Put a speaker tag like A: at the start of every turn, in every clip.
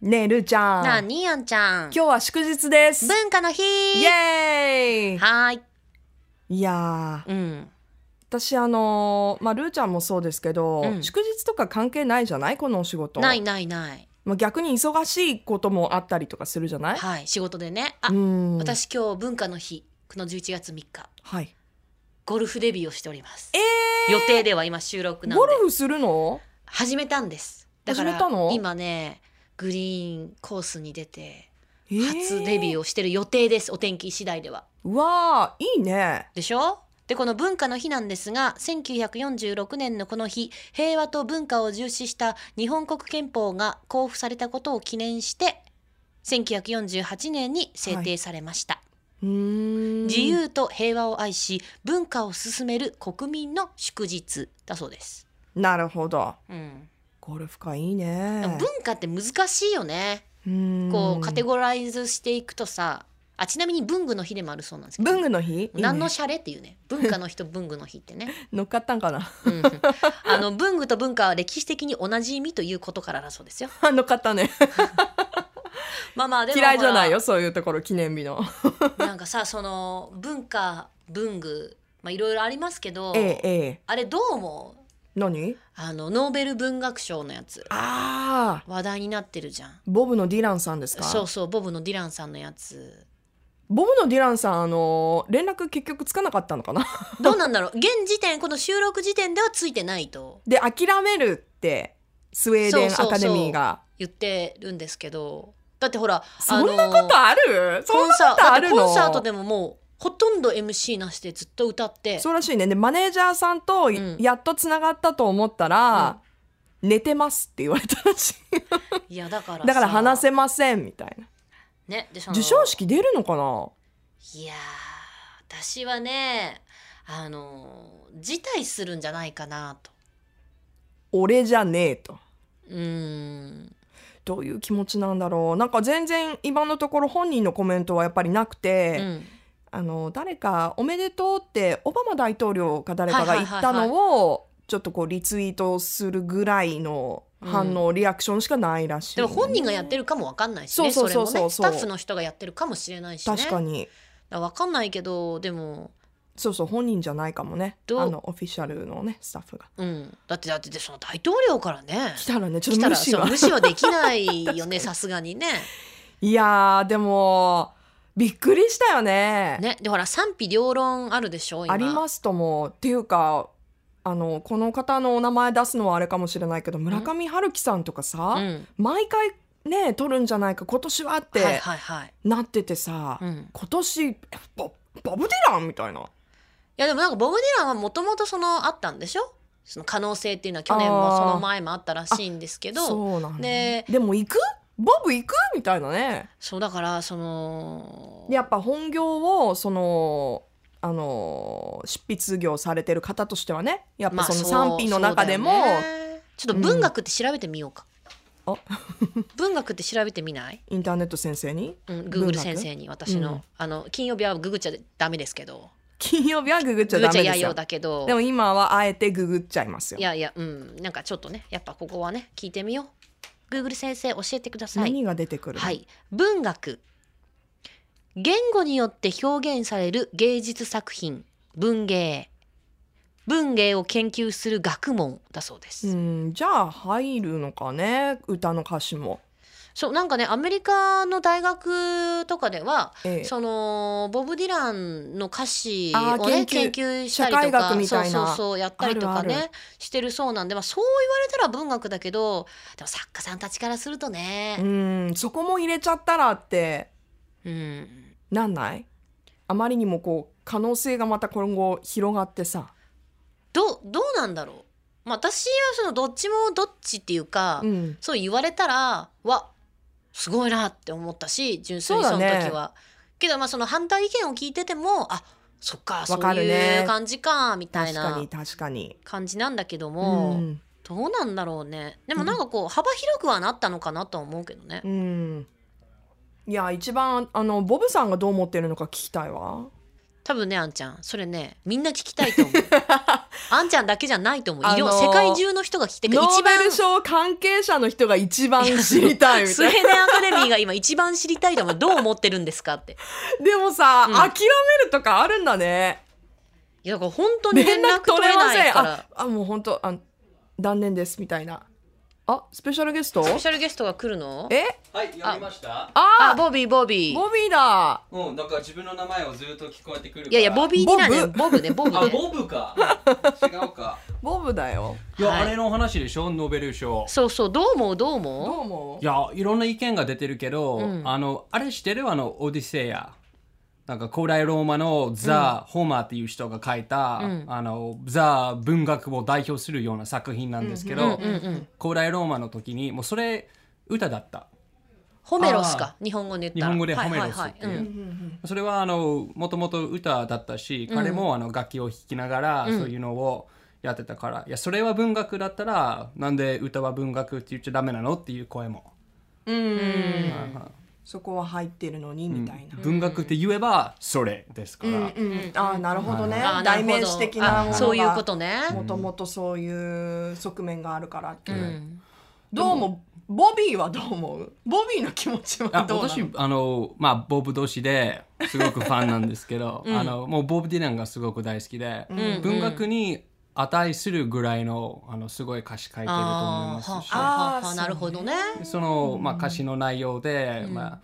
A: ねえるーちゃん
B: なあ、にやんちゃん。
A: 今日は祝日です
B: 文化の日
A: イエーイ
B: はーい。
A: いやー
B: うん。
A: 私あのーまあるーちゃんもそうですけど、
B: うん
A: 祝日とか関係ないじゃないこのお仕事
B: ないないない。
A: まあ、逆に忙しいこともあったりとかするじゃない
B: はい。仕事でね。あ、
A: うん
B: 私今日文化の日、この11月3日、
A: はい
B: ゴルフデビューをしております。
A: え
B: 予定では今収録なんで
A: ゴ。ルフするの
B: 始めたんです。だから
A: 始めたの
B: 今ね、グリーンコースに出て、初
A: 初
B: デビ
A: ー
B: ューをしてる予定です。お天気次第では。
A: うわーいいね
B: でしょでこの文化の日なんですが1946年のこの日平和と文化を重視した日本国憲法が公布されたことを記念して1948年に制定されました、
A: うーん
B: 自由と平和を愛し文化を進める国民の祝日だそうです、
A: なるほど
B: うん、
A: ゴルフかいいね
B: でも文化って難しいよね、こうカテ
A: ゴ
B: ゴライズしていくとさあちなみに文具の日でもあるそうなんですけど
A: 文具の日いいね
B: 何のシャレっていうね文化の日と文具の日ってね
A: 乗っかったんかな
B: うんあの文具と文化は歴史的に同じ意味ということからだそうですよ。
A: 乗っかったね
B: まあまあでも
A: 嫌いじゃない
B: よ。
A: よそういうところ記念日の
B: なんかさその文化文具まあいろいろありますけど、
A: ええええ
B: あれどうも
A: 何
B: あのノーベル文学賞のやつ
A: ああ
B: 話題になってるじゃん。
A: ボブのディランさんですか
B: そうそうボブのディランさんのやつ。
A: ボブのディランさんあの連絡結局つかなかったのかな
B: どうなんだろう現時点この収録時点ではついてないと
A: で諦めるってスウェーデンアカデミーが
B: 言ってるんですけどだってほら
A: そんなことあるそ
B: コ
A: ん
B: ン
A: な
B: サー
A: こと
B: だ
A: あ
B: って
A: るの
B: コンサートでももうほとんど MC なしでずっと歌って。
A: そうらしいねでマネージャーさんと
B: ん
A: やっとつながったと思ったら、寝てますって言われたらしい
B: いやだから
A: だから話せ
B: ま
A: ませんみたいな
B: ねでその
A: 授賞式出るのかない
B: やー私はねあのー辞退するんじゃないかなと
A: 俺じゃねえと
B: うーん
A: どういう気持ちなんだろうなんか全然今のところ本人のコメントはやっぱりなくて、
B: うん
A: あの誰か「おめでとう」ってオバマ大統領か誰かが
B: はい
A: 言
B: はい
A: っ
B: はいは
A: た
B: い
A: のをちょっとこうリツイートするぐらいの反応、リアクションしかないらしい
B: で
A: ね、
B: も本人がやってるかもわかんないし
A: そう
B: ね
A: そ
B: そうれ
A: そう
B: も
A: そう
B: ねスタッフの人がやってるかもしれないしね
A: 確かに
B: だからわかんないけどでも
A: そうそう本人じゃないかもね
B: どう
A: あのオフィシャルのねスタッフが
B: うんだってだってその大統領からね
A: 来たらねちょっ
B: 来
A: と
B: た
A: 無
B: ら
A: 視
B: そう
A: は
B: 無視はできない よねさすがにね
A: いやーでもびっくりしたよね
B: ねでほら賛否両論あるでしょ今
A: ありますともっていうかあのこの方のお名前出すのはあれかもしれないけど村上春樹さんとかさ、
B: うん
A: 毎回ね撮るんじゃないか今年はっ
B: はい
A: て
B: はいはい、
A: なっててさ、
B: うん、
A: 今年ボボブ・ディランみたいない
B: やでもなんかボブ・ディランはもともとそのあったんでしょその可能性っていうのは去年もその前もあったらしいんですけどそう
A: そうなんだ、
B: で
A: でも行くボブ行くみたいなね
B: だからその
A: でやっぱ本業をそのあの執筆業されてる方としてはねやっぱその賛否の中でも、
B: そうだよねちょっと文学って調べてみようか、
A: あ
B: 文学って調べてみない、
A: インターネット先生に
B: うん、
A: 文
B: Google
A: 学
B: 先生に私の,、
A: うん
B: あの金曜日はググっちゃダメですけど
A: 金曜日はググっち
B: グ
A: ゃ
B: グっ
A: ダ
B: ちゃ
A: メ
B: や
A: です
B: よ
A: よ
B: うだけど
A: でも今はあえてググっちゃいますよ
B: いやいやうんなんかちょっとねやっぱここはね聞いてみよう Google 先生教えてください
A: 何が出てくるの、
B: はい、文学言語によって表現される芸術作品文芸文芸を研究する学問だそうです、
A: うんじゃあ入るのかね歌の歌詞も、
B: そうなんかねアメリカの大学とかでは
A: ええ
B: そのボブ・ディランの歌詞
A: あ
B: をね
A: ー研
B: 研
A: 究
B: 究したりと
A: 社会
B: か
A: 学みたいな
B: そうそうそうやったりとかね
A: あるあ
B: してるそうなんで、まあ、そう言われたら文学だけどでも作家さんたちからすると
A: う
B: ね、
A: んそこも入れちゃったらって
B: うん、
A: なんないあまりにもこう可能性がまた今後広がってさ、
B: どうどうなんだろう、まあ、私はそのどっちもどっちっていうか、
A: うん、
B: そう言われたらわすごいなって思ったし純粋にそ
A: そ
B: の
A: う
B: 時
A: だね
B: は、けどまあその反対意見を聞いててもあそっか
A: わか
B: そう
A: るね
B: いう感じかみたい
A: 確か
B: な
A: に確かに、
B: 感じなんだけど
A: う
B: も、
A: ん
B: どうなんだろうねでもなんかこう幅広くはなったのかなとは思うけどね、
A: うん、いや一番あのボブさんがどう思ってるのか聞きたいわ
B: 多分ねあんちゃんそれねみんな聞きたいと思うあんちゃんだけじゃないと思う、いろ
A: あのー
B: 世界中の人が聞いて
A: ノ
B: る一
A: ーベ
B: 番
A: ル賞関係者の人が一番知り たいみ
B: ス
A: た
B: ウェ
A: い
B: ーデンアカデミーが今一番知りたいと思うどう思ってるんですかって
A: なでもさ、
B: うん
A: 諦めるとかあるんだね
B: いやだから本当に連
A: 連
B: 絡
A: 絡
B: 取
A: 取
B: れ
A: れま
B: な
A: せ
B: い
A: ん
B: から
A: ああもう本当あ断念ですみたいなあスペシャルゲスト
B: スペシャルゲストが来るの
A: え
C: はい、読みました。
B: あ
A: あ
B: ボビーボビー
A: ボビーだ
C: うん、なんか自分の名前をずっと聞こえてくるから。
B: いやいやボビーディナーねボ
A: ボ
B: ブねボブ
C: あ、
B: ね
C: ボブか。違 うか。
A: ボブだよ
C: いや、
B: はい
C: あれのお話でしょ、ノーベル賞。
B: そうそうどう思うどう
A: どう
B: 思う
A: 思
C: いや、いろんな意見が出てるけど、
B: うん
C: あの、あれしてるあの、オディセイア。なんか古代ローマのザ・ホーマーっていう人が書いた、
B: うん
C: あのザ・文学を代表するような作品なんですけど、
B: うんうんうん
C: 古代ローマの時にもうそれ歌だった
B: ホメロスか日本語で言ったら
C: 日本語でホメロス
B: はい
C: っ
B: はい
C: て
B: はいいう
C: うんそれはあのもともと歌だったし、彼もあの楽器を弾きながらそういうのをやってたから、いやそれは文学だったらなんで歌は文学って言っちゃダメなのっていう声も、
A: ううん
C: はいはい
A: そこは入ってるのにみたいな、
C: 文学って言えばそれですから、
A: うんああなるほどね、
B: あーな
A: 代
B: るほど
A: 名詞的なもの
B: あ
A: が
B: そういうことね
A: もともとそういう側面があるからっていうう、
B: ん
A: どうもボビーはどう思うボビーの気持ちは
C: あ
A: どうなの
C: 私あの、まあ、ボブ同士ですごくファンなんですけど、あのもうボブ・ディランがすごく大好きで、
B: ん
C: 文学に値するぐらいのあのすごい歌詞書いてると思い
B: あ
C: ます
B: ーは
C: し。
B: あはあ
A: あー
B: はあなるほどね
C: その、まあ、歌詞の内容で、まあ、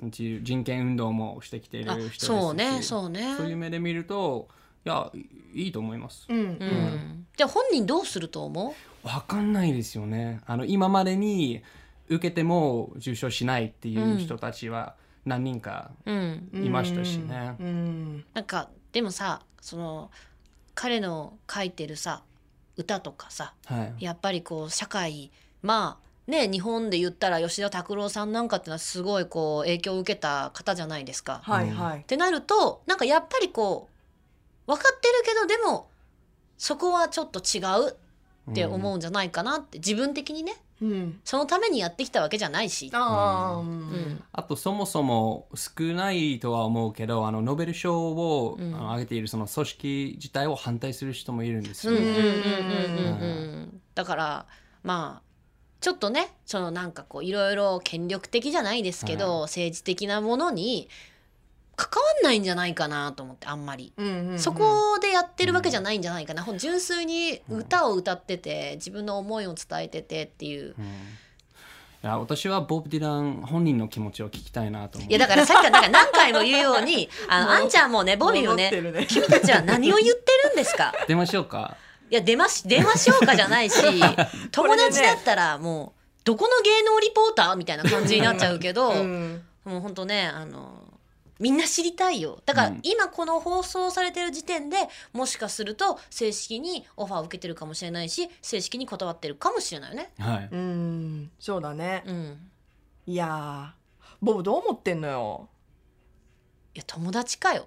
C: 自由人権運動もしてきている
B: あ
C: 人ですし
B: そうねそうね
C: そういう目で見るといやいいと思います
A: うん
B: うんじゃあ本人どうすると思う
C: わかんないですよねあの今までに受けても受賞しないっていう人たちは何人か
B: うん
C: いましたしね、
A: うん
B: なんかでもさその彼の書いてるさ歌とかさ
C: はい
B: やっぱりこう社会まあね日本で言ったら吉田拓郎さんなんかってのはすごいこう影響を受けた方じゃないですか。
A: はいはい
B: っ、てなるとなんかやっぱりこう分かってるけどでもそこはちょっと違うって思うんじゃないかなって、自分的にね
A: うん、
B: そのためにやってきたわけじゃないし。
A: ああ、う
B: うんん
C: あとそもそも少ないとは思うけどあのノーベル賞を、
B: うん
C: あの上げているその組織自体を反対する人もいるんです
B: う
C: よ
B: ん
C: ね、
B: うんうんうんうんうんだからまあちょっとねそのなんかこういろいろ権力的じゃないですけど、政治的なものに関わんないんじゃないかなと思ってあんまり。
A: うんうん
B: そこでやってるわけじゃないんじゃないかな、ほん、純粋に歌を歌ってて自分の思いを伝えててっていう、
C: うんいや私はボブ・ディラン本人の気持ちを聞きたいなと思う
B: いやだからさっきからなんか何回も言うようにあのあんちゃんもねボビーも
A: 戻っ
B: ね
A: てるね
B: 君たちは何を言ってるんですか
C: 出ましょうか
B: いや出まし出ましょうかじゃないし友達だったらもうどこの芸能リポーターみたいな感じになっちゃうけど、
A: うん
B: もう本当ねあのみんな知りたいよだから、
C: うん
B: 今この放送されてる時点でもしかすると正式にオファーを受けてるかもしれないし正式に断ってるかもしれないよね。
C: はい
A: うん、そうだね、
B: うん、
A: いやーボブどう思ってんのよ
B: いや友達かよ